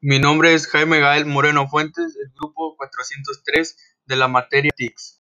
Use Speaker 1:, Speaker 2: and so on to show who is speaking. Speaker 1: Mi nombre es Jaime Gael Moreno Fuentes, del grupo 403 de la materia TICS.